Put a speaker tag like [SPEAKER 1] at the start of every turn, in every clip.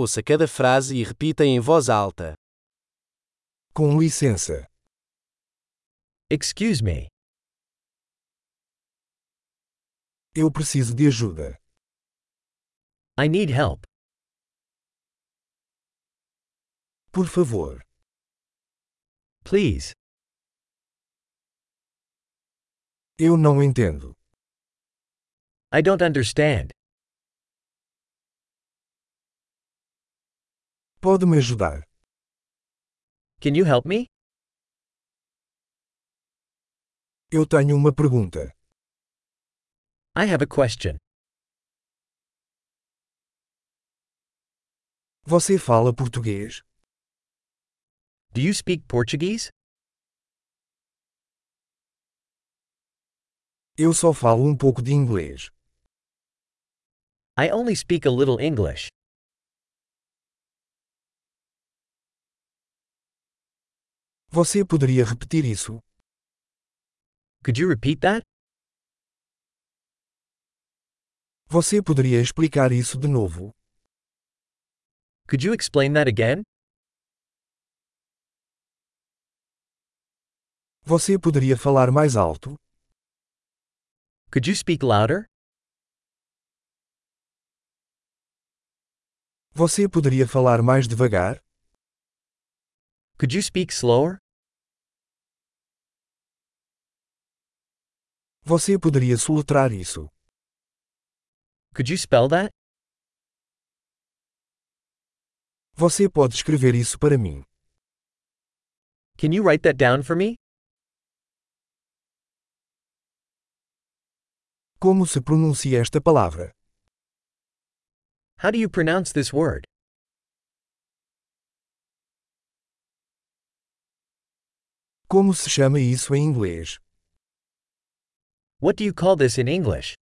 [SPEAKER 1] Ouça cada frase e repita em voz alta.
[SPEAKER 2] Com licença.
[SPEAKER 3] Excuse me.
[SPEAKER 2] Eu preciso de ajuda.
[SPEAKER 3] I need help.
[SPEAKER 2] Por favor.
[SPEAKER 3] Please.
[SPEAKER 2] Eu não entendo.
[SPEAKER 3] I don't understand.
[SPEAKER 2] Pode me ajudar?
[SPEAKER 3] Can you help me?
[SPEAKER 2] Eu tenho uma pergunta.
[SPEAKER 3] I have a question.
[SPEAKER 2] Você fala português?
[SPEAKER 3] Do you speak Portuguese?
[SPEAKER 2] Eu só falo um pouco de inglês.
[SPEAKER 3] I only speak a little English.
[SPEAKER 2] Você poderia repetir isso?
[SPEAKER 3] Could you repeat that?
[SPEAKER 2] Você poderia explicar isso de novo?
[SPEAKER 3] Could you explain that again?
[SPEAKER 2] Você poderia falar mais alto?
[SPEAKER 3] Could you speak louder?
[SPEAKER 2] Você poderia falar mais devagar?
[SPEAKER 3] Could you speak slower?
[SPEAKER 2] Você poderia soletrar isso?
[SPEAKER 3] Could you spell that?
[SPEAKER 2] Você pode escrever isso para mim?
[SPEAKER 3] Can you write that down for me?
[SPEAKER 2] Como se pronuncia esta palavra?
[SPEAKER 3] How do you pronounce this word?
[SPEAKER 2] Como se chama isso em inglês?
[SPEAKER 3] What do you call this in English?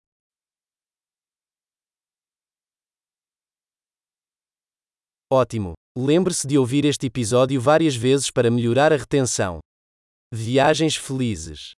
[SPEAKER 1] Ótimo! Lembre-se de ouvir este episódio várias vezes para melhorar a retenção. Viagens felizes!